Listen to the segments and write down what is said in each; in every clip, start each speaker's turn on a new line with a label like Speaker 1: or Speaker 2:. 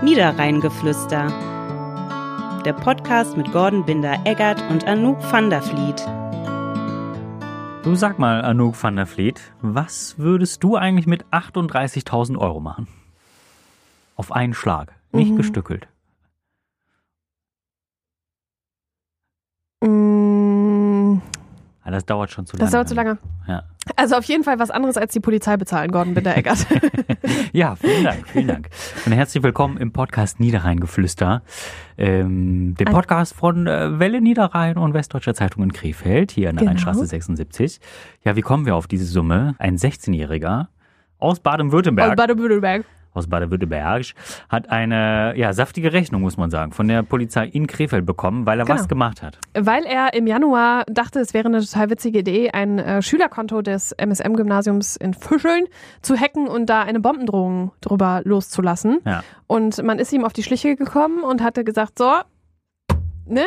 Speaker 1: Niederrheingeflüster. Der Podcast mit Gordon Binder-Eggert und Anouk van der Vliet.
Speaker 2: Du sag mal, Anouk van der Vliet, was würdest du eigentlich mit 38.000 Euro machen? Auf einen Schlag, nicht
Speaker 3: Mhm.
Speaker 2: gestückelt.
Speaker 3: Mm,
Speaker 2: Ah, das dauert schon zu lange.
Speaker 3: Das dauert zu lange.
Speaker 2: Ja.
Speaker 3: Also auf jeden Fall was anderes als die Polizei bezahlen, Gordon Binder-Eggert.
Speaker 2: Ja, vielen Dank, vielen Dank. Und herzlich willkommen im Podcast Niederrheingeflüster. Ähm, dem
Speaker 3: Ein-
Speaker 2: Podcast von äh, Welle Niederrhein und Westdeutscher Zeitung in Krefeld, hier in der
Speaker 3: Genau.
Speaker 2: Rheinstraße 76. Ja, wie kommen wir auf diese Summe? Ein 16-Jähriger aus Baden-Württemberg.
Speaker 3: Baden-Württemberg.
Speaker 2: aus Baden-Württemberg, hat eine ja, saftige Rechnung, muss man sagen, von der Polizei in Krefeld bekommen, weil er
Speaker 3: Genau.
Speaker 2: was gemacht hat.
Speaker 3: Weil er im Januar dachte, es wäre eine total witzige Idee, ein äh, Schülerkonto des MSM-Gymnasiums in Fischeln zu hacken und da eine Bombendrohung drüber loszulassen.
Speaker 2: Ja.
Speaker 3: Und man ist ihm auf die Schliche gekommen und hatte gesagt, so, ne,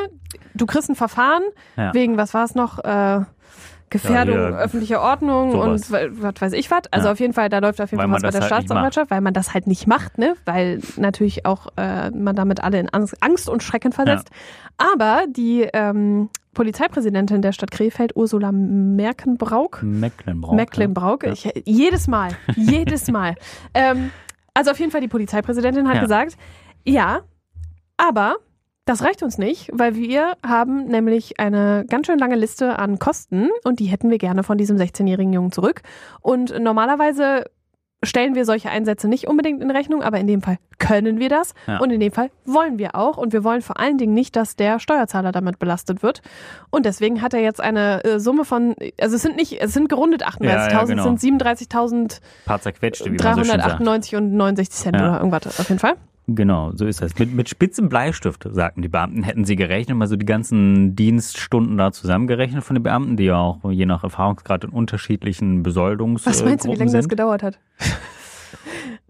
Speaker 3: du kriegst ein Verfahren
Speaker 2: Ja.
Speaker 3: wegen, was war es noch, äh, Gefährdung
Speaker 2: Ja, hier,
Speaker 3: öffentlicher Ordnung
Speaker 2: sowas.
Speaker 3: und wa- was weiß ich was. Also
Speaker 2: Ja.
Speaker 3: auf jeden Fall, da läuft auf jeden
Speaker 2: Weil
Speaker 3: Fall was
Speaker 2: man
Speaker 3: bei der
Speaker 2: das halt nicht
Speaker 3: Staatsanwaltschaft, weil man das halt nicht macht, ne? Weil natürlich auch äh, man damit alle in Angst, Angst und Schrecken versetzt. Aber die ähm, Polizeipräsidentin der Stadt Krefeld, Ursula Merkenbrauk,
Speaker 2: Mecklenburg.
Speaker 3: Mecklenburg.
Speaker 2: ja.
Speaker 3: Ich, jedes Mal, jedes Mal. ähm, also auf jeden Fall die Polizeipräsidentin hat
Speaker 2: Ja.
Speaker 3: gesagt, ja, aber das reicht uns nicht, weil wir haben nämlich eine ganz schön lange Liste an Kosten und die hätten wir gerne von diesem 16-jährigen Jungen zurück. Und normalerweise stellen wir solche Einsätze nicht unbedingt in Rechnung, aber in dem Fall können wir das
Speaker 2: Ja.
Speaker 3: und in dem Fall wollen wir auch und wir wollen vor allen Dingen nicht, dass der Steuerzahler damit belastet wird und deswegen hat er jetzt eine äh, Summe von also es sind nicht es sind gerundet 38.000
Speaker 2: Ja, ja, genau.
Speaker 3: es sind 37.398
Speaker 2: Paar zerquetschte, wie man so schön sagt.
Speaker 3: und 69 Cent
Speaker 2: Ja.
Speaker 3: oder irgendwas auf jeden Fall.
Speaker 2: Genau, so ist das. Mit, mit spitzem Bleistift, sagten die Beamten, hätten sie gerechnet, mal so die ganzen Dienststunden da zusammengerechnet von den Beamten, die ja auch je nach Erfahrungsgrad in unterschiedlichen Besoldungs
Speaker 3: Was meinst du, wie
Speaker 2: Gruppen
Speaker 3: lange das
Speaker 2: sind.
Speaker 3: gedauert hat?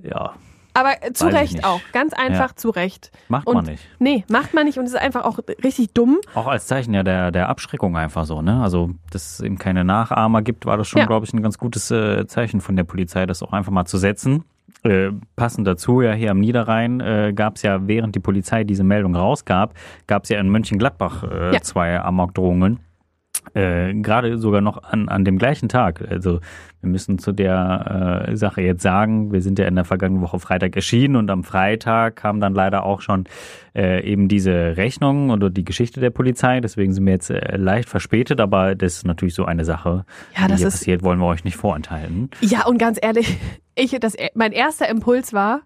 Speaker 2: Ja,
Speaker 3: Aber äh, zu
Speaker 2: Weiß ich
Speaker 3: Recht
Speaker 2: nicht.
Speaker 3: auch, ganz einfach
Speaker 2: Ja.
Speaker 3: zu Recht.
Speaker 2: macht
Speaker 3: Und
Speaker 2: man nicht.
Speaker 3: Nee, macht man nicht und es ist einfach auch richtig dumm.
Speaker 2: Auch als Zeichen ja der, der Abschreckung einfach so, ne? Also, dass es eben keine Nachahmer gibt, war das schon,
Speaker 3: Ja.
Speaker 2: glaube ich, ein ganz gutes äh, Zeichen von der Polizei, das auch einfach mal zu setzen. Äh, passend dazu, ja, hier am Niederrhein äh, gab es ja, während die Polizei diese Meldung rausgab, gab es ja in Mönchengladbach äh,
Speaker 3: Ja.
Speaker 2: zwei Amokdrohungen. Äh, Gerade sogar noch an, an dem gleichen Tag. Also wir müssen zu der äh, Sache jetzt sagen, wir sind ja in der vergangenen Woche Freitag erschienen und am Freitag kam dann leider auch schon äh, eben diese Rechnung oder die Geschichte der Polizei. Deswegen sind wir jetzt äh, leicht verspätet, aber das ist natürlich so eine Sache,
Speaker 3: Ja,
Speaker 2: die
Speaker 3: das
Speaker 2: hier
Speaker 3: ist
Speaker 2: passiert, wollen wir euch nicht vorenthalten.
Speaker 3: Ja, und ganz ehrlich, ich, das, mein erster Impuls war,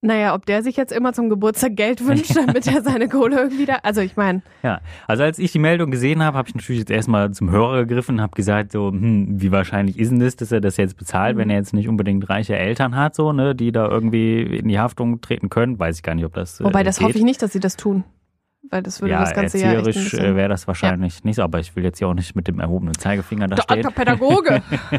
Speaker 3: naja, ob der sich jetzt immer zum Geburtstag Geld wünscht, damit er seine Kohle irgendwie da. Also ich meine,
Speaker 2: Ja, also als ich die Meldung gesehen habe, habe ich natürlich jetzt erstmal zum Hörer gegriffen und habe gesagt, so, hm, wie wahrscheinlich ist denn das, dass er das jetzt bezahlt, wenn er jetzt nicht unbedingt reiche Eltern hat, so, ne, die da irgendwie in die Haftung treten können. Weiß ich gar nicht, ob das.
Speaker 3: wobei das
Speaker 2: Äh, geht.
Speaker 3: hoffe ich nicht, dass sie das tun. Weil das würde
Speaker 2: ja,
Speaker 3: das ganze Jahr echt ein
Speaker 2: erzieherisch äh,
Speaker 3: bisschen...
Speaker 2: wäre das wahrscheinlich nicht so, aber ich will jetzt ja auch nicht mit dem erhobenen Zeigefinger da
Speaker 3: Der
Speaker 2: stehen.
Speaker 3: alte Pädagoge. Oh,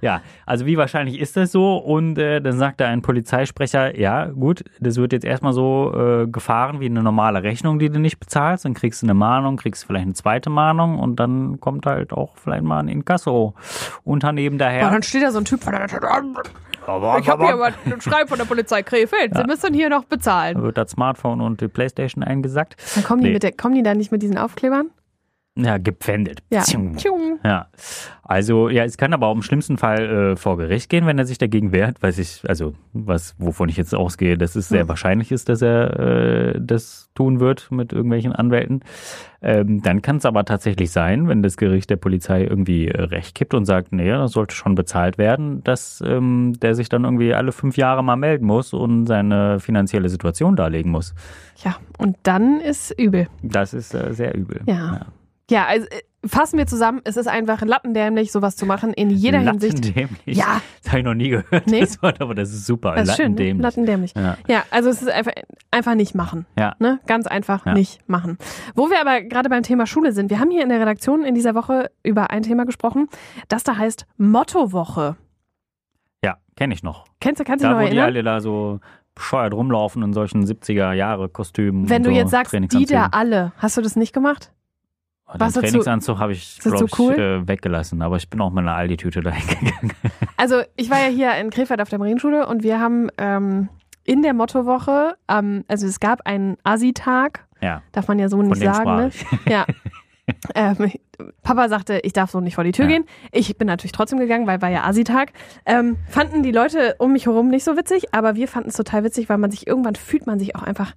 Speaker 2: Ja, also wie wahrscheinlich ist das so? Und äh, dann sagt da ein Polizeisprecher, ja gut, das wird jetzt erstmal so äh, gefahren wie eine normale Rechnung, die du nicht bezahlst. Dann kriegst du eine Mahnung, kriegst vielleicht eine zweite Mahnung und dann kommt halt auch vielleicht mal ein Inkasso-Unternehmen
Speaker 3: Und
Speaker 2: daher.
Speaker 3: dann steht da so ein Typ von der Ich habe hier aber einen Schreiben von der Polizei Krefeld. Sie müssen hier noch bezahlen.
Speaker 2: Dann wird das Smartphone und die Playstation eingesackt.
Speaker 3: Dann kommen die,
Speaker 2: Nee.
Speaker 3: mit der, kommen die da nicht mit diesen Aufklebern?
Speaker 2: Ja, gepfändet.
Speaker 3: Ja.
Speaker 2: Tschung.
Speaker 3: Tschung.
Speaker 2: Ja, also ja, es kann aber auch im schlimmsten Fall äh, vor Gericht gehen, wenn er sich dagegen wehrt, weiß ich, also was, wovon ich jetzt ausgehe, dass es sehr wahrscheinlich ist, dass er äh, das tun wird mit irgendwelchen Anwälten. Ähm, dann kann es aber tatsächlich sein, wenn das Gericht der Polizei irgendwie äh, recht kippt und sagt, nee, das sollte schon bezahlt werden, dass ähm, der sich dann irgendwie alle fünf Jahre mal melden muss und seine finanzielle Situation darlegen muss.
Speaker 3: Ja, und dann ist übel.
Speaker 2: Das ist äh, sehr übel.
Speaker 3: Ja. Ja, also äh, fassen wir zusammen, es ist einfach lattendämlich, sowas zu machen, in jeder Hinsicht.
Speaker 2: Lattendämlich.
Speaker 3: Ja.
Speaker 2: Das habe ich noch nie gehört,
Speaker 3: Nee.
Speaker 2: das Wort, aber das ist super.
Speaker 3: Das ist schön, ne?
Speaker 2: Lattendämlich.
Speaker 3: lattendämlich.
Speaker 2: Ja.
Speaker 3: Ja, also es ist einfach, einfach nicht machen.
Speaker 2: Ja.
Speaker 3: Ne? Ganz einfach
Speaker 2: Ja.
Speaker 3: nicht machen. Wo wir aber gerade beim Thema Schule sind, wir haben hier in der Redaktion in dieser Woche über ein Thema gesprochen, das da heißt Mottowoche.
Speaker 2: Ja, kenne ich noch.
Speaker 3: Kennst du, kannst du dich
Speaker 2: Da,
Speaker 3: noch
Speaker 2: wo die
Speaker 3: erinnern?
Speaker 2: alle da so bescheuert rumlaufen in solchen 70er-Jahre-Kostümen.
Speaker 3: Wenn
Speaker 2: und
Speaker 3: du
Speaker 2: so
Speaker 3: jetzt sagst, die da alle, hast du das nicht gemacht?
Speaker 2: Den
Speaker 3: warst du zu-
Speaker 2: Trainingsanzug habe ich,
Speaker 3: das
Speaker 2: glaube
Speaker 3: zu cool?
Speaker 2: ich, äh, weggelassen. Aber ich bin auch mit einer Aldi-Tüte dahin gegangen.
Speaker 3: Also ich war ja hier in Krefeld auf der Marienschule und wir haben ähm, in der Mottowoche, ähm, also es gab einen Assi-Tag,
Speaker 2: Ja,
Speaker 3: darf man ja so
Speaker 2: von
Speaker 3: nicht
Speaker 2: dem
Speaker 3: sagen.
Speaker 2: sprach
Speaker 3: Ne?
Speaker 2: ich.
Speaker 3: Ja. ähm, Papa sagte, ich darf so nicht vor die Tür
Speaker 2: Ja.
Speaker 3: gehen. Ich bin natürlich trotzdem gegangen, weil war ja Asitag. Ähm, fanden die Leute um mich herum nicht so witzig, aber wir fanden es total witzig, weil man sich irgendwann fühlt man sich auch einfach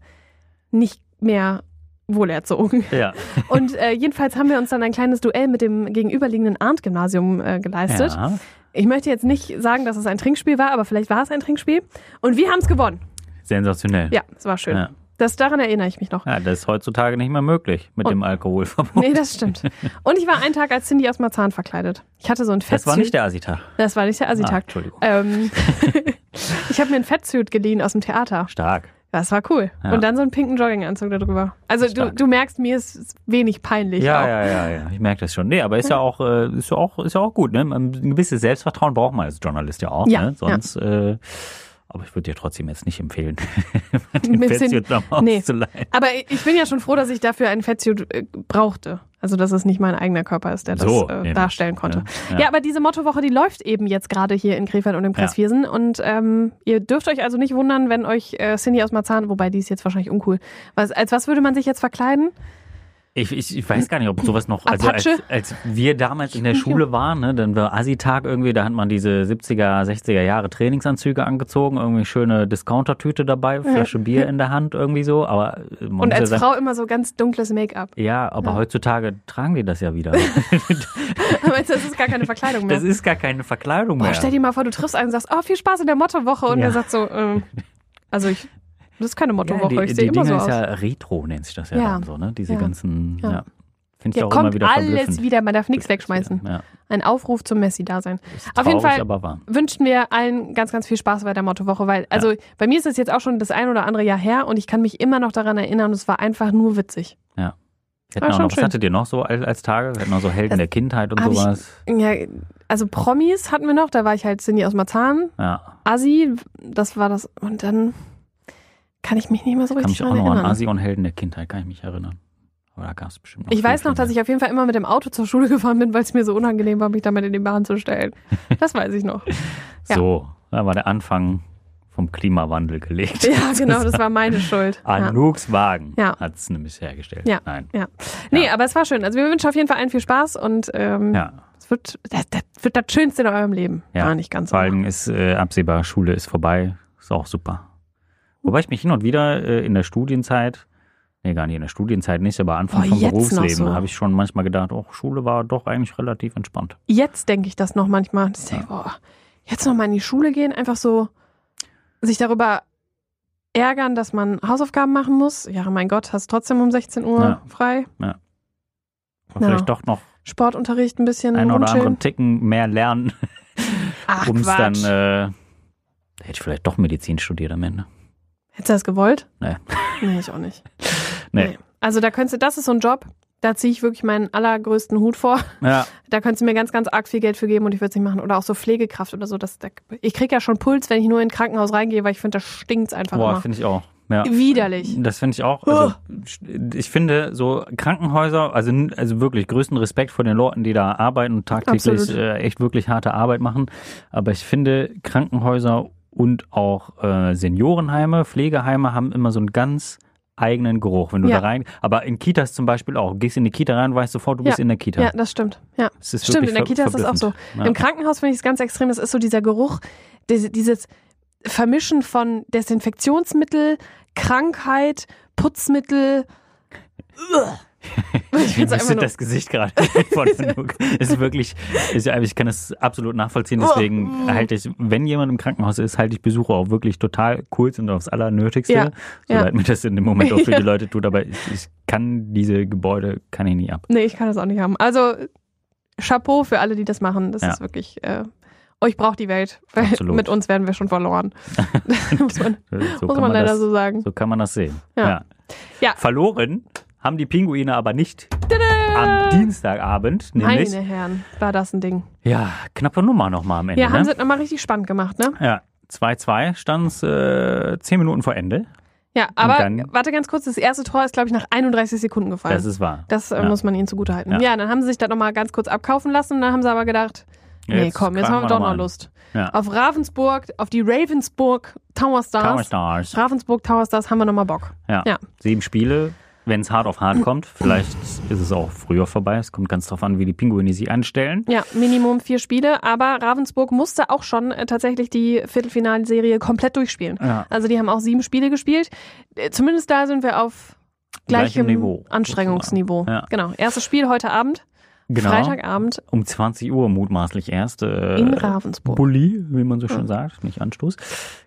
Speaker 3: nicht mehr wohlerzogen.
Speaker 2: Ja.
Speaker 3: Und äh, jedenfalls haben wir uns dann ein kleines Duell mit dem gegenüberliegenden Arndt-Gymnasium äh, geleistet.
Speaker 2: ja.
Speaker 3: Ich möchte jetzt nicht sagen, dass es ein Trinkspiel war, aber vielleicht war es ein Trinkspiel. Und wir haben es gewonnen.
Speaker 2: Sensationell.
Speaker 3: Ja, es war schön.
Speaker 2: Ja.
Speaker 3: Das, daran erinnere ich mich noch.
Speaker 2: Ja, das ist heutzutage nicht mehr möglich mit
Speaker 3: Und-
Speaker 2: dem Alkoholverbot.
Speaker 3: Nee, das stimmt. Und ich war einen Tag als Cindy aus Marzahn verkleidet. Ich hatte so ein Fettsuit.
Speaker 2: Das war nicht der Asitag.
Speaker 3: Das war nicht der
Speaker 2: Ah,
Speaker 3: Asitag.
Speaker 2: Entschuldigung.
Speaker 3: ähm, ich habe mir ein Fettsuit geliehen aus dem Theater.
Speaker 2: Stark.
Speaker 3: Das war cool.
Speaker 2: Ja.
Speaker 3: Und dann so einen pinken Jogginganzug darüber. Also du,
Speaker 2: Stark.
Speaker 3: du merkst, mir ist wenig peinlich.
Speaker 2: ja,
Speaker 3: auch.
Speaker 2: ja, ja, ja. Ich merke das schon. Nee, aber ist ja auch, äh, ist ja auch, ist ja auch gut, ne? Ein gewisses Selbstvertrauen braucht man als Journalist ja auch,
Speaker 3: Ja,
Speaker 2: ne? Sonst, äh, aber ich würde dir trotzdem jetzt nicht empfehlen, den
Speaker 3: Mit Cindy-
Speaker 2: Fettsuit nochmal
Speaker 3: Nee.
Speaker 2: auszuleihen.
Speaker 3: Aber ich bin ja schon froh, dass ich dafür ein Fettsuit äh, brauchte. Also, dass es nicht mein eigener Körper ist, der das
Speaker 2: So,
Speaker 3: äh,
Speaker 2: eben.
Speaker 3: darstellen konnte.
Speaker 2: Ja,
Speaker 3: Ja,
Speaker 2: ja.
Speaker 3: aber diese Mottowoche, die läuft eben jetzt gerade hier in Krefeld und im Kreis
Speaker 2: Ja.
Speaker 3: Viersen. Und ähm, ihr dürft euch also nicht wundern, wenn euch äh, Cindy aus Marzahn, wobei die ist jetzt wahrscheinlich uncool. Was, als was würde man sich jetzt verkleiden?
Speaker 2: Ich, ich, ich weiß gar nicht, ob sowas noch, also als,
Speaker 3: Apache?
Speaker 2: als wir damals in der Schule waren, ne, dann war Assi-Tag irgendwie, da hat man diese 70er, 60er Jahre Trainingsanzüge angezogen, irgendwie schöne Discounter-Tüte dabei, Flasche Bier in der Hand irgendwie so, aber äh, man
Speaker 3: Und
Speaker 2: muss ja
Speaker 3: als
Speaker 2: sagen,
Speaker 3: Frau immer so ganz dunkles Make-up.
Speaker 2: ja, aber heutzutage tragen die das ja wieder.
Speaker 3: Aber jetzt ist es gar keine Verkleidung mehr.
Speaker 2: Das ist gar keine Verkleidung mehr.
Speaker 3: Boah, stell dir mal vor, du triffst einen und sagst, oh, viel Spaß in der Mottowoche. Und
Speaker 2: Ja.
Speaker 3: er sagt so, ähm, also ich, das ist keine
Speaker 2: ja,
Speaker 3: Mottowoche,
Speaker 2: die,
Speaker 3: ich
Speaker 2: die
Speaker 3: sehe immer so
Speaker 2: Dinge
Speaker 3: aus.
Speaker 2: ist ja Retro, nennt sich das ja,
Speaker 3: Ja.
Speaker 2: dann so, ne? Diese
Speaker 3: Ja.
Speaker 2: ganzen,
Speaker 3: Ja.
Speaker 2: ja. Finde ich
Speaker 3: Hier
Speaker 2: auch immer
Speaker 3: kommt
Speaker 2: wieder
Speaker 3: alles
Speaker 2: verblüffend.
Speaker 3: wieder, man darf nichts wegschmeißen.
Speaker 2: Ja.
Speaker 3: Ein Aufruf zum Messi-Dasein.
Speaker 2: Ist
Speaker 3: Auf jeden
Speaker 2: traurig,
Speaker 3: Fall-
Speaker 2: aber wahr.
Speaker 3: Wünschen wir allen ganz, ganz viel Spaß bei der Mottowoche, weil, also bei mir ist es jetzt auch schon das ein oder andere Jahr her und ich kann mich immer noch daran erinnern, es war einfach nur witzig.
Speaker 2: Wir
Speaker 3: War
Speaker 2: hatten auch
Speaker 3: schon
Speaker 2: noch, was
Speaker 3: schön.
Speaker 2: hattet ihr noch so als, als Tage? Wir hatten noch so Helden
Speaker 3: Das
Speaker 2: der Kindheit und
Speaker 3: hab ich-
Speaker 2: sowas.
Speaker 3: Ja, also Promis hatten wir noch, da war ich halt Cindy aus Marzahn,
Speaker 2: ja,
Speaker 3: Asi, das war das, und dann kann ich mich nicht mehr so
Speaker 2: kann
Speaker 3: richtig
Speaker 2: mich auch
Speaker 3: daran
Speaker 2: noch an
Speaker 3: erinnern.
Speaker 2: Asi und Helden der Kindheit, kann ich mich erinnern. Aber da gab es bestimmt noch
Speaker 3: Ich
Speaker 2: viel,
Speaker 3: weiß
Speaker 2: viel
Speaker 3: noch, dass
Speaker 2: mehr.
Speaker 3: ich auf jeden Fall immer mit dem Auto zur Schule gefahren bin, weil es mir so unangenehm war, mich damit in den Bahn zu stellen. Das weiß ich noch. ja.
Speaker 2: So, da war der Anfang vom Klimawandel gelegt.
Speaker 3: Ja, genau, das war meine Schuld. Ja.
Speaker 2: Anugs Wagen
Speaker 3: Ja.
Speaker 2: hat es nämlich hergestellt.
Speaker 3: Ja.
Speaker 2: Nein.
Speaker 3: Nee,
Speaker 2: Ja.
Speaker 3: aber es war schön. Also wir wünschen auf jeden Fall allen viel Spaß und ähm,
Speaker 2: Ja.
Speaker 3: es wird das, das wird das Schönste in eurem Leben.
Speaker 2: Ja.
Speaker 3: War nicht ganz so.
Speaker 2: Vor allem ist äh, absehbar, Schule ist vorbei, ist auch super. Wobei ich mich hin und wieder äh, in der Studienzeit, nee, gar nicht in der Studienzeit nicht, aber Anfang
Speaker 3: Boah,
Speaker 2: vom
Speaker 3: Oh, jetzt noch
Speaker 2: Berufsleben
Speaker 3: so.
Speaker 2: habe ich schon manchmal gedacht, oh, Schule war doch eigentlich relativ entspannt.
Speaker 3: Jetzt denke ich das noch manchmal. Ich denke, boah, jetzt noch mal in die Schule gehen, einfach so sich darüber ärgern, dass man Hausaufgaben machen muss. Ja, mein Gott, hast trotzdem um 16 Uhr
Speaker 2: Ja.
Speaker 3: frei.
Speaker 2: Aber
Speaker 3: Ja.
Speaker 2: Vielleicht doch noch
Speaker 3: Sportunterricht ein bisschen
Speaker 2: einen oder
Speaker 3: rumchillen.
Speaker 2: anderen Ticken mehr lernen,
Speaker 3: Ach,
Speaker 2: um es
Speaker 3: Quatsch.
Speaker 2: dann, äh, da hätte ich vielleicht doch Medizin studiert am Ende.
Speaker 3: Hättest du das gewollt?
Speaker 2: Nee.
Speaker 3: Nee, ich auch nicht.
Speaker 2: Nee.
Speaker 3: Also da könntest du, das ist so ein Job, da ziehe ich wirklich meinen allergrößten Hut vor.
Speaker 2: Ja,
Speaker 3: Da könntest du mir ganz, ganz arg viel Geld für geben und ich würde es nicht machen. Oder auch so Pflegekraft oder so. Das, da, ich kriege ja schon Puls, wenn ich nur in ein Krankenhaus reingehe, weil ich finde, das stinkt einfach
Speaker 2: boah,
Speaker 3: immer.
Speaker 2: finde ich auch. Ja.
Speaker 3: Widerlich.
Speaker 2: Das finde ich auch. Also,
Speaker 3: Oh.
Speaker 2: ich finde so Krankenhäuser, also, n- also wirklich größten Respekt vor den Leuten, die da arbeiten und tagtäglich
Speaker 3: Absolut.
Speaker 2: äh, echt wirklich harte Arbeit machen. Aber ich finde Krankenhäuser und auch äh, Seniorenheime, Pflegeheime haben immer so einen ganz eigenen Geruch, wenn du
Speaker 3: Ja.
Speaker 2: da rein. Aber in Kitas zum Beispiel auch. Gehst in die Kita rein, weißt sofort, du bist in der Kita.
Speaker 3: Ja, das stimmt. Ja.
Speaker 2: Es ist
Speaker 3: Stimmt,
Speaker 2: wirklich
Speaker 3: in der
Speaker 2: ver-
Speaker 3: Kita ist das auch so.
Speaker 2: verblüffend.
Speaker 3: Im Krankenhaus finde ich es ganz extrem. Das ist so dieser Geruch, diese, dieses Vermischen von Desinfektionsmittel, Krankheit, Putzmittel. Ugh. Ich
Speaker 2: Wie
Speaker 3: find's einfach
Speaker 2: wüstet
Speaker 3: nur-
Speaker 2: das Gesicht gerade von Anouk? ist wirklich, ist, ja- ich kann das absolut
Speaker 3: Oh.
Speaker 2: nachvollziehen. Deswegen halte ich, wenn jemand im Krankenhaus ist, halte ich Besuche auch wirklich total kurz und aufs Allernötigste.
Speaker 3: Ja, ja.
Speaker 2: Soweit mir das in dem Moment auch für
Speaker 3: Ja.
Speaker 2: die Leute tut. Aber ich, ich kann diese Gebäude, kann ich nie ab.
Speaker 3: Nee, ich kann das auch nicht haben. Also, Chapeau für alle, die das machen. Das
Speaker 2: Ja.
Speaker 3: ist wirklich, äh, euch braucht die Welt. Weil
Speaker 2: Absolut.
Speaker 3: mit uns werden wir schon verloren. muss man,
Speaker 2: So
Speaker 3: muss
Speaker 2: kann
Speaker 3: man leider
Speaker 2: das,
Speaker 3: so sagen.
Speaker 2: so kann man das sehen.
Speaker 3: Ja. Ja.
Speaker 2: Verloren haben die Pinguine aber nicht am Dienstagabend, nämlich,
Speaker 3: Meine Herren, war das ein Ding.
Speaker 2: ja, knappe Nummer nochmal am Ende.
Speaker 3: Ja, haben sie
Speaker 2: ne?
Speaker 3: es nochmal richtig spannend gemacht, ne?
Speaker 2: ja. 2-2 stand es äh, 10 Minuten vor Ende.
Speaker 3: Ja, aber
Speaker 2: dann-
Speaker 3: warte ganz kurz, das erste Tor ist, glaube ich, nach 31 Sekunden gefallen.
Speaker 2: Das ist wahr.
Speaker 3: Das äh,
Speaker 2: Ja.
Speaker 3: muss man ihnen zugutehalten.
Speaker 2: Ja.
Speaker 3: Ja. dann haben sie sich das nochmal ganz kurz abkaufen lassen und dann haben sie aber gedacht, Nee, komm, jetzt haben wir doch noch Lust.
Speaker 2: Ja.
Speaker 3: Auf Ravensburg, auf die Ravensburg Tower Stars.
Speaker 2: Tower Stars.
Speaker 3: Ravensburg Tower Stars haben wir nochmal Bock.
Speaker 2: Ja.
Speaker 3: Ja.
Speaker 2: Sieben Spiele, wenn es hart auf hart kommt. Vielleicht ist es auch früher vorbei. Es kommt ganz drauf an, wie die Pinguine sich anstellen.
Speaker 3: Ja, Minimum vier Spiele, aber Ravensburg musste auch schon äh, tatsächlich die Viertelfinalserie komplett durchspielen.
Speaker 2: Ja.
Speaker 3: Also die haben auch sieben Spiele gespielt. Äh, Zumindest da sind wir auf
Speaker 2: Gleichem
Speaker 3: gleichem
Speaker 2: Niveau,
Speaker 3: Anstrengungsniveau.
Speaker 2: sozusagen. Ja.
Speaker 3: Genau. Erstes Spiel heute Abend,
Speaker 2: Genau.
Speaker 3: Freitagabend
Speaker 2: Um 20 Uhr mutmaßlich erst. Äh,
Speaker 3: in Hm. Ravensburg.
Speaker 2: Bulli, wie man so schön sagt. Nicht Anstoß.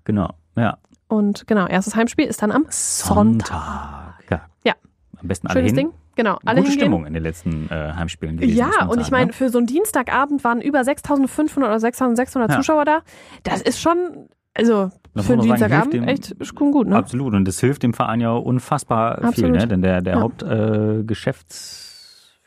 Speaker 2: Genau. Ja.
Speaker 3: Und genau, erstes Heimspiel ist dann am Sonntag.
Speaker 2: Sonntag. Ja.
Speaker 3: Ja.
Speaker 2: Am besten alle
Speaker 3: Schönes
Speaker 2: hin.
Speaker 3: Ding. Genau, alle
Speaker 2: Gute
Speaker 3: hingehen.
Speaker 2: Stimmung in den letzten äh, Heimspielen gewesen. muss
Speaker 3: Ja,
Speaker 2: man
Speaker 3: und ich
Speaker 2: sagen, ne?
Speaker 3: meine, für so einen Dienstagabend waren über 6.500 oder 6.600
Speaker 2: Ja.
Speaker 3: Zuschauer da. Das ist schon, also
Speaker 2: muss
Speaker 3: für einen
Speaker 2: man sagen, hilft
Speaker 3: Dienstagabend
Speaker 2: dem-
Speaker 3: echt schon gut, ne?
Speaker 2: Absolut. Und das hilft dem Verein ja unfassbar viel,
Speaker 3: Absolut.
Speaker 2: ne? Denn der, der
Speaker 3: Ja.
Speaker 2: Hauptgeschäftsführer, äh,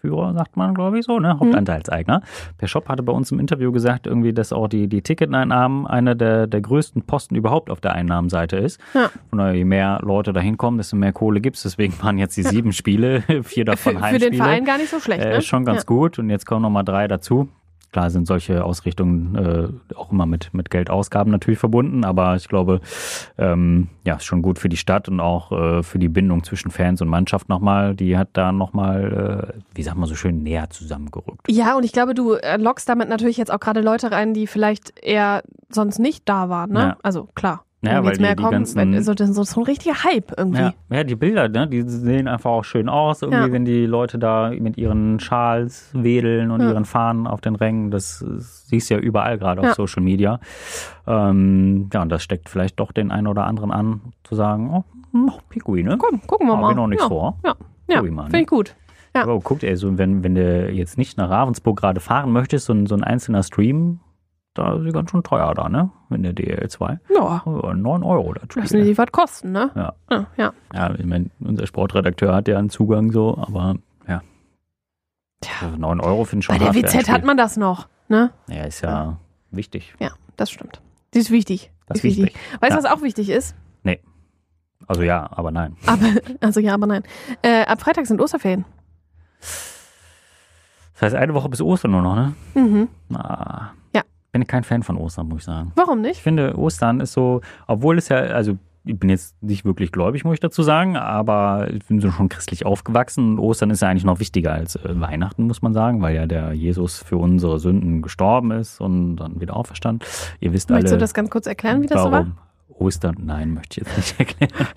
Speaker 2: Geschäftsführer, sagt man, glaube ich, so,
Speaker 3: Mhm.
Speaker 2: ne? Hauptanteilseigner. Der Shop hatte bei uns im Interview gesagt, irgendwie, dass auch die, die Ticketeinnahmen einer der, der größten Posten überhaupt auf der Einnahmenseite ist.
Speaker 3: Ja.
Speaker 2: Von daher, je mehr Leute da hinkommen, desto mehr Kohle gibt's. Deswegen waren jetzt die sieben Spiele, vier
Speaker 3: Für,
Speaker 2: davon
Speaker 3: für
Speaker 2: Heimspiele.
Speaker 3: den Verein gar nicht so schlecht,
Speaker 2: Äh,
Speaker 3: ne?
Speaker 2: ist schon ganz gut. Und jetzt kommen nochmal drei dazu. Klar sind solche Ausrichtungen äh, auch immer mit, mit Geldausgaben natürlich verbunden, aber ich glaube, ähm, ja, ist schon gut für die Stadt und auch äh, für die Bindung zwischen Fans und Mannschaft nochmal. Die hat da nochmal, äh, wie sagt man so schön, näher zusammengerückt.
Speaker 3: Ja, und ich glaube, du äh, lockst damit natürlich jetzt auch gerade Leute rein, die vielleicht eher sonst nicht da waren, ne?
Speaker 2: Ja.
Speaker 3: Also klar.
Speaker 2: Ja,
Speaker 3: Wenn
Speaker 2: weil
Speaker 3: jetzt
Speaker 2: die-
Speaker 3: mehr
Speaker 2: die
Speaker 3: kommen,
Speaker 2: ganzen-
Speaker 3: wenn- so, das ist so- so ein richtiger Hype irgendwie.
Speaker 2: Ja, ja, die Bilder, ne, die sehen einfach auch schön aus, irgendwie,
Speaker 3: Ja.
Speaker 2: wenn die Leute da mit ihren Schals wedeln und
Speaker 3: Ja.
Speaker 2: ihren Fahnen auf den Rängen. Das äh, siehst du ja überall gerade auf
Speaker 3: Ja.
Speaker 2: Social Media. Ähm, ja, und das steckt vielleicht doch den einen oder anderen an, zu sagen, oh, hm, Pinguine.
Speaker 3: Komm, gucken wir
Speaker 2: Hab
Speaker 3: mal.
Speaker 2: ich noch nichts
Speaker 3: ja.
Speaker 2: vor.
Speaker 3: Ja, ja.
Speaker 2: Guck ich mal, ne?
Speaker 3: finde ich gut. Ja.
Speaker 2: Aber guckt, ey, so, wenn, wenn du jetzt nicht nach Ravensburg gerade fahren möchtest, so ein, so ein einzelner Stream, da ist die ganz schön teuer da, ne? Wenn der DL2.
Speaker 3: Ja,
Speaker 2: Oh, 9 Euro das Spiel.
Speaker 3: lassen die was kosten, ne?
Speaker 2: Ja.
Speaker 3: Ja, ja.
Speaker 2: Ja, ich meine, unser Sportredakteur hat ja einen Zugang so, aber ja.
Speaker 3: Tja.
Speaker 2: Also 9 Euro finde ich schon
Speaker 3: Bei der
Speaker 2: hart für ein
Speaker 3: WZ hat
Speaker 2: Spiel.
Speaker 3: man das noch, ne?
Speaker 2: Ja, ist ja wichtig.
Speaker 3: Ja, das stimmt. Die ist wichtig.
Speaker 2: Das ist
Speaker 3: Die
Speaker 2: wichtig.
Speaker 3: Weißt du,
Speaker 2: Ja.
Speaker 3: was auch wichtig ist?
Speaker 2: Also ja, aber nein.
Speaker 3: Aber, also ja, aber nein. Äh, ab Freitag sind Osterferien.
Speaker 2: Das heißt, eine Woche bis Ostern nur noch, ne?
Speaker 3: Mhm.
Speaker 2: Ah,
Speaker 3: Ja.
Speaker 2: Bin ich kein Fan von Ostern, muss ich sagen.
Speaker 3: Warum
Speaker 2: Ich
Speaker 3: nicht?
Speaker 2: finde, Ostern ist so, obwohl es ja, also ich bin jetzt nicht wirklich gläubig, muss ich dazu sagen, aber ich bin so schon christlich aufgewachsen und Ostern ist ja eigentlich noch wichtiger als äh, Weihnachten, muss man sagen, weil ja der Jesus für unsere Sünden gestorben ist und dann wieder auferstanden. Ihr wisst alle.
Speaker 3: Möchtest du das ganz kurz erklären, wie das so war?
Speaker 2: warum Ostern, nein, möchte ich jetzt nicht erklären.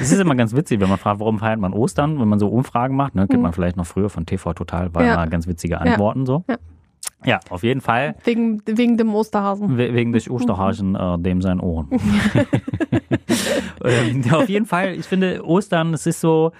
Speaker 2: Es ist immer ganz witzig, wenn man fragt, warum feiert man Ostern, wenn man so Umfragen macht, ne, kennt man vielleicht noch früher von TV Total, war
Speaker 3: Mhm. Ja.
Speaker 2: immer ganz witzige Antworten so.
Speaker 3: Ja.
Speaker 2: ja, auf jeden Fall.
Speaker 3: Wegen, wegen dem Osterhasen.
Speaker 2: We wegen des Osterhasen, äh, dem sein Ohren. ähm, ja, auf jeden Fall, ich finde Ostern, es ist so,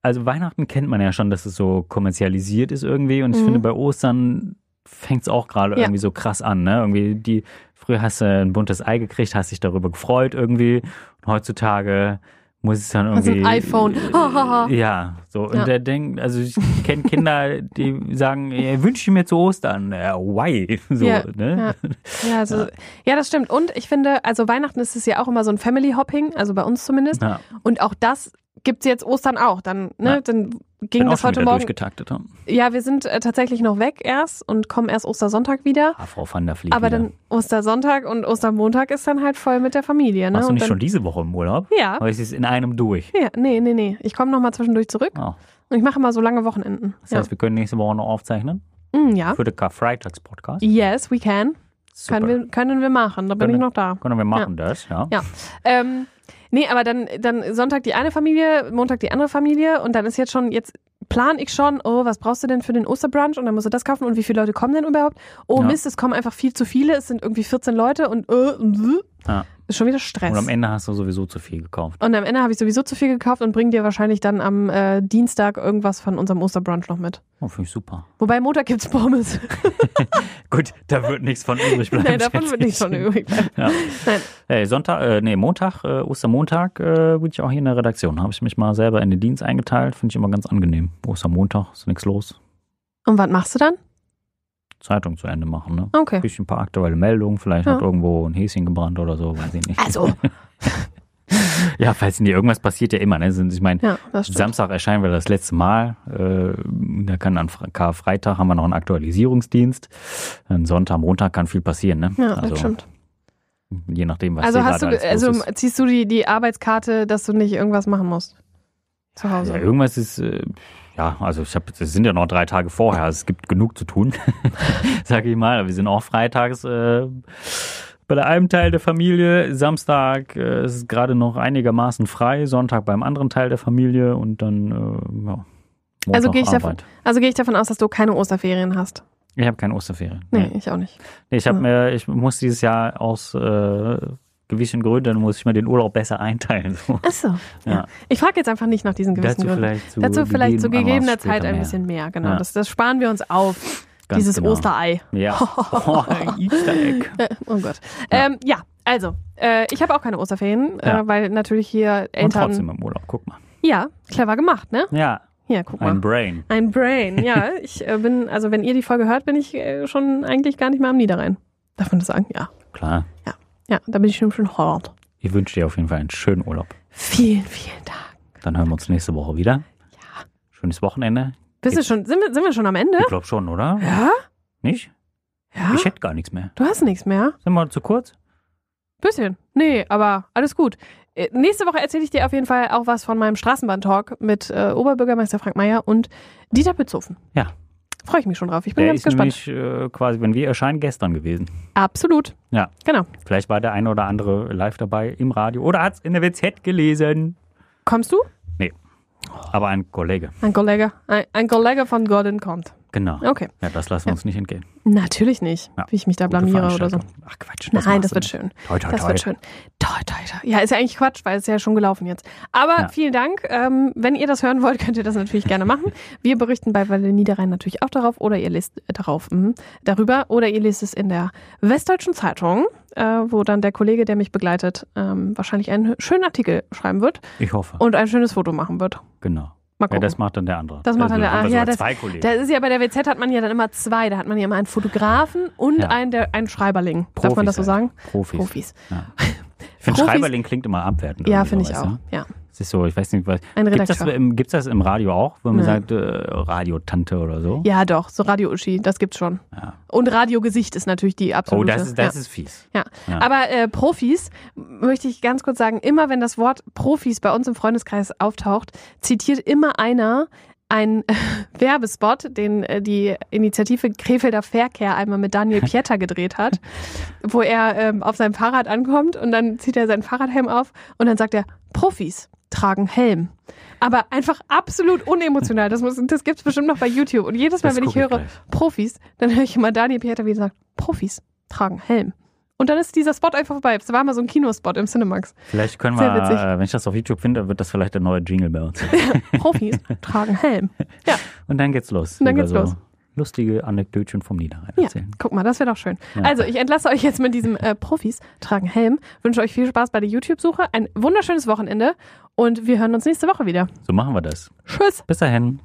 Speaker 2: also Weihnachten kennt man ja schon, dass es so kommerzialisiert ist irgendwie und ich
Speaker 3: Mhm.
Speaker 2: finde bei Ostern fängt es auch gerade
Speaker 3: Ja.
Speaker 2: irgendwie so krass an, ne? Irgendwie die, früher hast du ein buntes Ei gekriegt, hast dich darüber gefreut irgendwie und heutzutage muss es dann
Speaker 3: Also
Speaker 2: irgendwie...
Speaker 3: ein iPhone. Ha, ha, ha.
Speaker 2: Ja, so. Und
Speaker 3: Ja.
Speaker 2: der denkt, also ich kenne Kinder, die sagen, "Ja, wünsche ich mir zu Ostern. Ja, why? So,
Speaker 3: Ja,
Speaker 2: ne?
Speaker 3: ja. Ja, also, ja, das stimmt. Und ich finde, also Weihnachten ist es ja auch immer so ein Family-Hopping, also bei uns zumindest.
Speaker 2: Ja.
Speaker 3: Und auch das gibt's jetzt Ostern auch. Dann, ne,
Speaker 2: Ja.
Speaker 3: dann ging
Speaker 2: Bin auch
Speaker 3: das
Speaker 2: schon
Speaker 3: heute
Speaker 2: wieder
Speaker 3: Morgen.
Speaker 2: durchgetaktet. ne?
Speaker 3: Ja, wir sind äh, tatsächlich noch weg erst und kommen erst Ostersonntag wieder.
Speaker 2: Ah, Frau van der Vliet
Speaker 3: Aber
Speaker 2: wieder.
Speaker 3: dann Ostersonntag und Ostermontag ist dann halt voll mit der Familie. Ne?
Speaker 2: Warst du
Speaker 3: und
Speaker 2: nicht
Speaker 3: dann,
Speaker 2: schon diese Woche im Urlaub?
Speaker 3: Ja.
Speaker 2: Weil es ist in einem durch.
Speaker 3: Ja, nee, nee, nee. Ich komme nochmal zwischendurch zurück
Speaker 2: Ah,
Speaker 3: und ich mache immer so lange Wochenenden.
Speaker 2: Das
Speaker 3: Ja.
Speaker 2: heißt, wir können nächste Woche noch aufzeichnen
Speaker 3: Mm, ja.
Speaker 2: für den Karfreitags-Podcast.
Speaker 3: Yes, we can.
Speaker 2: Super.
Speaker 3: Können wir, können wir machen. Da bin
Speaker 2: Können-
Speaker 3: ich noch da.
Speaker 2: Können wir machen das, ja.
Speaker 3: Ja. Ähm, nee, aber dann, dann Sonntag die eine Familie, Montag die andere Familie und dann ist jetzt schon, jetzt plan ich schon, oh, was brauchst du denn für den Osterbrunch und dann musst du das kaufen und wie viele Leute kommen denn überhaupt? Oh
Speaker 2: Ja.
Speaker 3: Mist, es kommen einfach viel zu viele, es sind irgendwie 14 Leute und äh, und, äh,
Speaker 2: Ja.
Speaker 3: ist schon wieder Stress.
Speaker 2: Und am Ende hast du sowieso zu viel gekauft.
Speaker 3: Und am Ende habe ich sowieso zu viel gekauft und bring dir wahrscheinlich dann am äh, Dienstag irgendwas von unserem Osterbrunch noch mit.
Speaker 2: Oh, finde ich super.
Speaker 3: Wobei Montag gibt's Pommes.
Speaker 2: Gut, da wird nichts von übrig bleiben.
Speaker 3: Nein, davon
Speaker 2: schätze
Speaker 3: wird nicht
Speaker 2: ich.
Speaker 3: schon übrig bleiben.
Speaker 2: Ja.
Speaker 3: Nein.
Speaker 2: Hey, Sonntag, äh, nee, Montag, äh, Ostermontag äh, bin ich auch hier in der Redaktion. Habe ich mich mal selber in den Dienst eingeteilt. Finde ich immer ganz angenehm. Ostermontag ist nichts los.
Speaker 3: Und was machst du dann?
Speaker 2: Zeitung zu Ende machen, ne?
Speaker 3: Okay.
Speaker 2: Ein bisschen ein paar aktuelle Meldungen. Vielleicht
Speaker 3: Ja.
Speaker 2: hat irgendwo ein Häschen gebrannt oder so, weiß ich nicht.
Speaker 3: Also,
Speaker 2: Ja, falls nie irgendwas passiert ja immer. Ne? Ich meine,
Speaker 3: Ja, das stimmt.
Speaker 2: Samstag erscheinen wir das letzte Mal. Äh, da kann an Fre- Karfreitag haben wir noch einen Aktualisierungsdienst. An Sonntag, Montag kann viel passieren. Ne?
Speaker 3: Ja, das stimmt.
Speaker 2: Je nachdem, was
Speaker 3: Also
Speaker 2: hier
Speaker 3: hast du,
Speaker 2: gerade alles los
Speaker 3: also
Speaker 2: ist.
Speaker 3: ziehst du die, die Arbeitskarte, dass du nicht irgendwas machen musst zu
Speaker 2: Ja,
Speaker 3: Hause.
Speaker 2: irgendwas ist, äh, ja, also ich habe, es sind ja noch drei Tage vorher, also es gibt genug zu tun, sage ich mal. Wir sind auch freitags äh, bei einem Teil der Familie, Samstag äh, ist es gerade noch einigermaßen frei, Sonntag beim anderen Teil der Familie und dann, äh, ja, Montag
Speaker 3: Also gehe ich davon-
Speaker 2: Arbeit.
Speaker 3: Also gehe ich davon aus, dass du keine Osterferien hast.
Speaker 2: Ich habe keine Osterferien.
Speaker 3: Nee,
Speaker 2: Nee.
Speaker 3: ich auch nicht.
Speaker 2: Nee, Ich, hab
Speaker 3: Ja.
Speaker 2: mir, ich muss dieses Jahr aus äh, gewissen Gründen, muss ich mir den Urlaub besser einteilen. So.
Speaker 3: Achso. Ja.
Speaker 2: Ja.
Speaker 3: Ich frage jetzt einfach nicht nach diesen gewissen
Speaker 2: Dazu
Speaker 3: Gründen.
Speaker 2: vielleicht zu,
Speaker 3: Dazu vielleicht zu
Speaker 2: gegebenem
Speaker 3: gegebener
Speaker 2: Anlass
Speaker 3: Zeit
Speaker 2: später
Speaker 3: ein
Speaker 2: mehr.
Speaker 3: bisschen mehr, genau.
Speaker 2: Ja.
Speaker 3: Das, das sparen wir uns auf.
Speaker 2: Ganz
Speaker 3: dieses
Speaker 2: genau.
Speaker 3: Osterei.
Speaker 2: Ja. Oh, Easter Egg.
Speaker 3: Äh, oh Gott. Ja,
Speaker 2: Ja.
Speaker 3: ähm, ja also, äh, ich habe auch keine Osterferien,
Speaker 2: Ja.
Speaker 3: äh, weil natürlich hier
Speaker 2: Und
Speaker 3: Eltern.
Speaker 2: trotzdem im Urlaub, guck mal.
Speaker 3: Ja, clever gemacht, ne?
Speaker 2: Ja,
Speaker 3: Hier, guck mal.
Speaker 2: ein Brain.
Speaker 3: Ein Brain, ja. Ich äh, bin, also wenn ihr die Folge hört, bin ich äh, schon eigentlich gar nicht mehr am Niederrhein. Darf man das sagen? Ja.
Speaker 2: Klar.
Speaker 3: Ja, da bin ich schon schon hart.
Speaker 2: Ich wünsche dir auf jeden Fall einen schönen Urlaub.
Speaker 3: Vielen, vielen Dank.
Speaker 2: Dann hören wir uns nächste Woche wieder. Ja. Schönes Wochenende.
Speaker 3: Bist du schon, sind wir, sind wir schon am Ende?
Speaker 2: Ich glaube schon, oder?
Speaker 3: Ja?
Speaker 2: Nicht?
Speaker 3: Ja?
Speaker 2: Ich hätte gar nichts mehr.
Speaker 3: Du hast nichts mehr?
Speaker 2: Sind wir zu kurz?
Speaker 3: Bisschen. Nee, aber alles gut. Äh, Nächste Woche erzähle ich dir auf jeden Fall auch was von meinem Straßenbahn-Talk mit äh, Oberbürgermeister Frank Meyer und Dieter Pützhofen.
Speaker 2: Ja.
Speaker 3: Freue ich mich schon drauf. Ich bin
Speaker 2: der
Speaker 3: ganz
Speaker 2: ist
Speaker 3: gespannt.
Speaker 2: nämlich äh, quasi, wenn wir erscheinen, gestern gewesen.
Speaker 3: Absolut.
Speaker 2: Ja.
Speaker 3: Genau.
Speaker 2: Vielleicht war der eine oder andere live dabei im Radio oder hat es in der WZ gelesen.
Speaker 3: Kommst du? Oh.
Speaker 2: Aber ein Kollege.
Speaker 3: Ein Kollege, ein, ein Kollege von Gordon kommt.
Speaker 2: Genau.
Speaker 3: Okay.
Speaker 2: Ja, das lassen wir uns nicht entgehen.
Speaker 3: Natürlich nicht,
Speaker 2: Ja.
Speaker 3: wie ich mich da
Speaker 2: Gute
Speaker 3: blamiere oder so.
Speaker 2: Veranstaltung. Ach Quatsch.
Speaker 3: Nein,
Speaker 2: machst
Speaker 3: das
Speaker 2: du
Speaker 3: wird
Speaker 2: nicht.
Speaker 3: schön.
Speaker 2: Toi, toi,
Speaker 3: Das
Speaker 2: toi.
Speaker 3: wird schön. Toi, toi, toi. Ja, ist ja eigentlich Quatsch, weil es ist ja schon gelaufen jetzt. Aber
Speaker 2: Ja.
Speaker 3: vielen Dank. Ähm, wenn ihr das hören wollt, könnt ihr das natürlich gerne machen. Wir berichten bei Welle Niederrhein natürlich auch darauf oder ihr lest darauf mhm, darüber oder ihr lest es in der Westdeutschen Zeitung, äh, wo dann der Kollege, der mich begleitet, ähm, wahrscheinlich einen schönen Artikel schreiben wird
Speaker 2: Ich hoffe.
Speaker 3: und ein schönes Foto machen wird.
Speaker 2: genau.
Speaker 3: Mal
Speaker 2: Ja,
Speaker 3: gucken.
Speaker 2: das macht dann der andere. Also
Speaker 3: Das macht dann der
Speaker 2: haben wir
Speaker 3: andere.
Speaker 2: sogar
Speaker 3: Ja,
Speaker 2: zwei
Speaker 3: das-
Speaker 2: Kollegen.
Speaker 3: Da ist ja bei der WZ hat man ja dann immer zwei. Da hat man ja immer einen Fotografen und
Speaker 2: Ja.
Speaker 3: einen, der, einen Schreiberling. Darf man das so
Speaker 2: Profis halt.
Speaker 3: sagen?
Speaker 2: Profis.
Speaker 3: Profis.
Speaker 2: Ich finde,
Speaker 3: Profis-
Speaker 2: Schreiberling klingt immer abwertend.
Speaker 3: Ja,
Speaker 2: irgendwie,
Speaker 3: finde ich
Speaker 2: weißt
Speaker 3: auch.
Speaker 2: du?
Speaker 3: Ja.
Speaker 2: Es ist so, ich weiß nicht, was.
Speaker 3: Ein
Speaker 2: Gibt das,
Speaker 3: Redakteur.
Speaker 2: im- gibt's das im Radio auch, wenn man
Speaker 3: Nein.
Speaker 2: sagt, äh, Radiotante oder so?
Speaker 3: Ja, doch, so Radio-Uschi, das gibt's schon.
Speaker 2: Ja.
Speaker 3: Und Radiogesicht ist natürlich die
Speaker 2: oh,
Speaker 3: absolute.
Speaker 2: das, ist, das
Speaker 3: ja.
Speaker 2: ist fies.
Speaker 3: Ja.
Speaker 2: Ja.
Speaker 3: Aber äh, Profis, m- möchte ich ganz kurz sagen, immer wenn das Wort Profis bei uns im Freundeskreis auftaucht, zitiert immer einer einen Werbespot, den äh, die Initiative Krefelder Verkehr einmal mit Daniel Pieter gedreht hat, wo er ähm, auf seinem Fahrrad ankommt und dann zieht er seinen Fahrradhelm auf und dann sagt er, Profis tragen Helm. Aber einfach absolut unemotional. Das, muss- das gibt's bestimmt noch bei YouTube. Und jedes Mal,
Speaker 2: Das
Speaker 3: wenn ich
Speaker 2: guck ich
Speaker 3: höre,
Speaker 2: gleich.
Speaker 3: Profis, dann höre ich immer Daniel Pieter, wie er sagt, Profis tragen Helm. Und dann ist dieser Spot einfach vorbei. Es war mal so ein Kinospot im Cinemax.
Speaker 2: Vielleicht können
Speaker 3: Sehr
Speaker 2: wir,
Speaker 3: witzig.
Speaker 2: äh, wenn ich das auf YouTube finde, wird das vielleicht der neue Jingle bei uns.
Speaker 3: Profis tragen Helm. Ja,
Speaker 2: Und dann geht's los.
Speaker 3: Und dann
Speaker 2: Über
Speaker 3: geht's
Speaker 2: so
Speaker 3: los.
Speaker 2: Lustige Anekdötchen vom Niederrhein
Speaker 3: ja.
Speaker 2: erzählen.
Speaker 3: guck mal, das wäre doch schön.
Speaker 2: Ja.
Speaker 3: Also, ich entlasse euch jetzt mit diesem äh, Profis tragen Helm. Wünsche euch viel Spaß bei der YouTube-Suche. Ein wunderschönes Wochenende. Und wir hören uns nächste Woche wieder.
Speaker 2: So machen wir das.
Speaker 3: Tschüss.
Speaker 2: Bis dahin.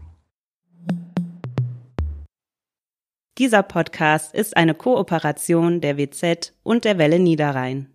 Speaker 1: Dieser Podcast ist eine Kooperation der WZ und der Welle Niederrhein.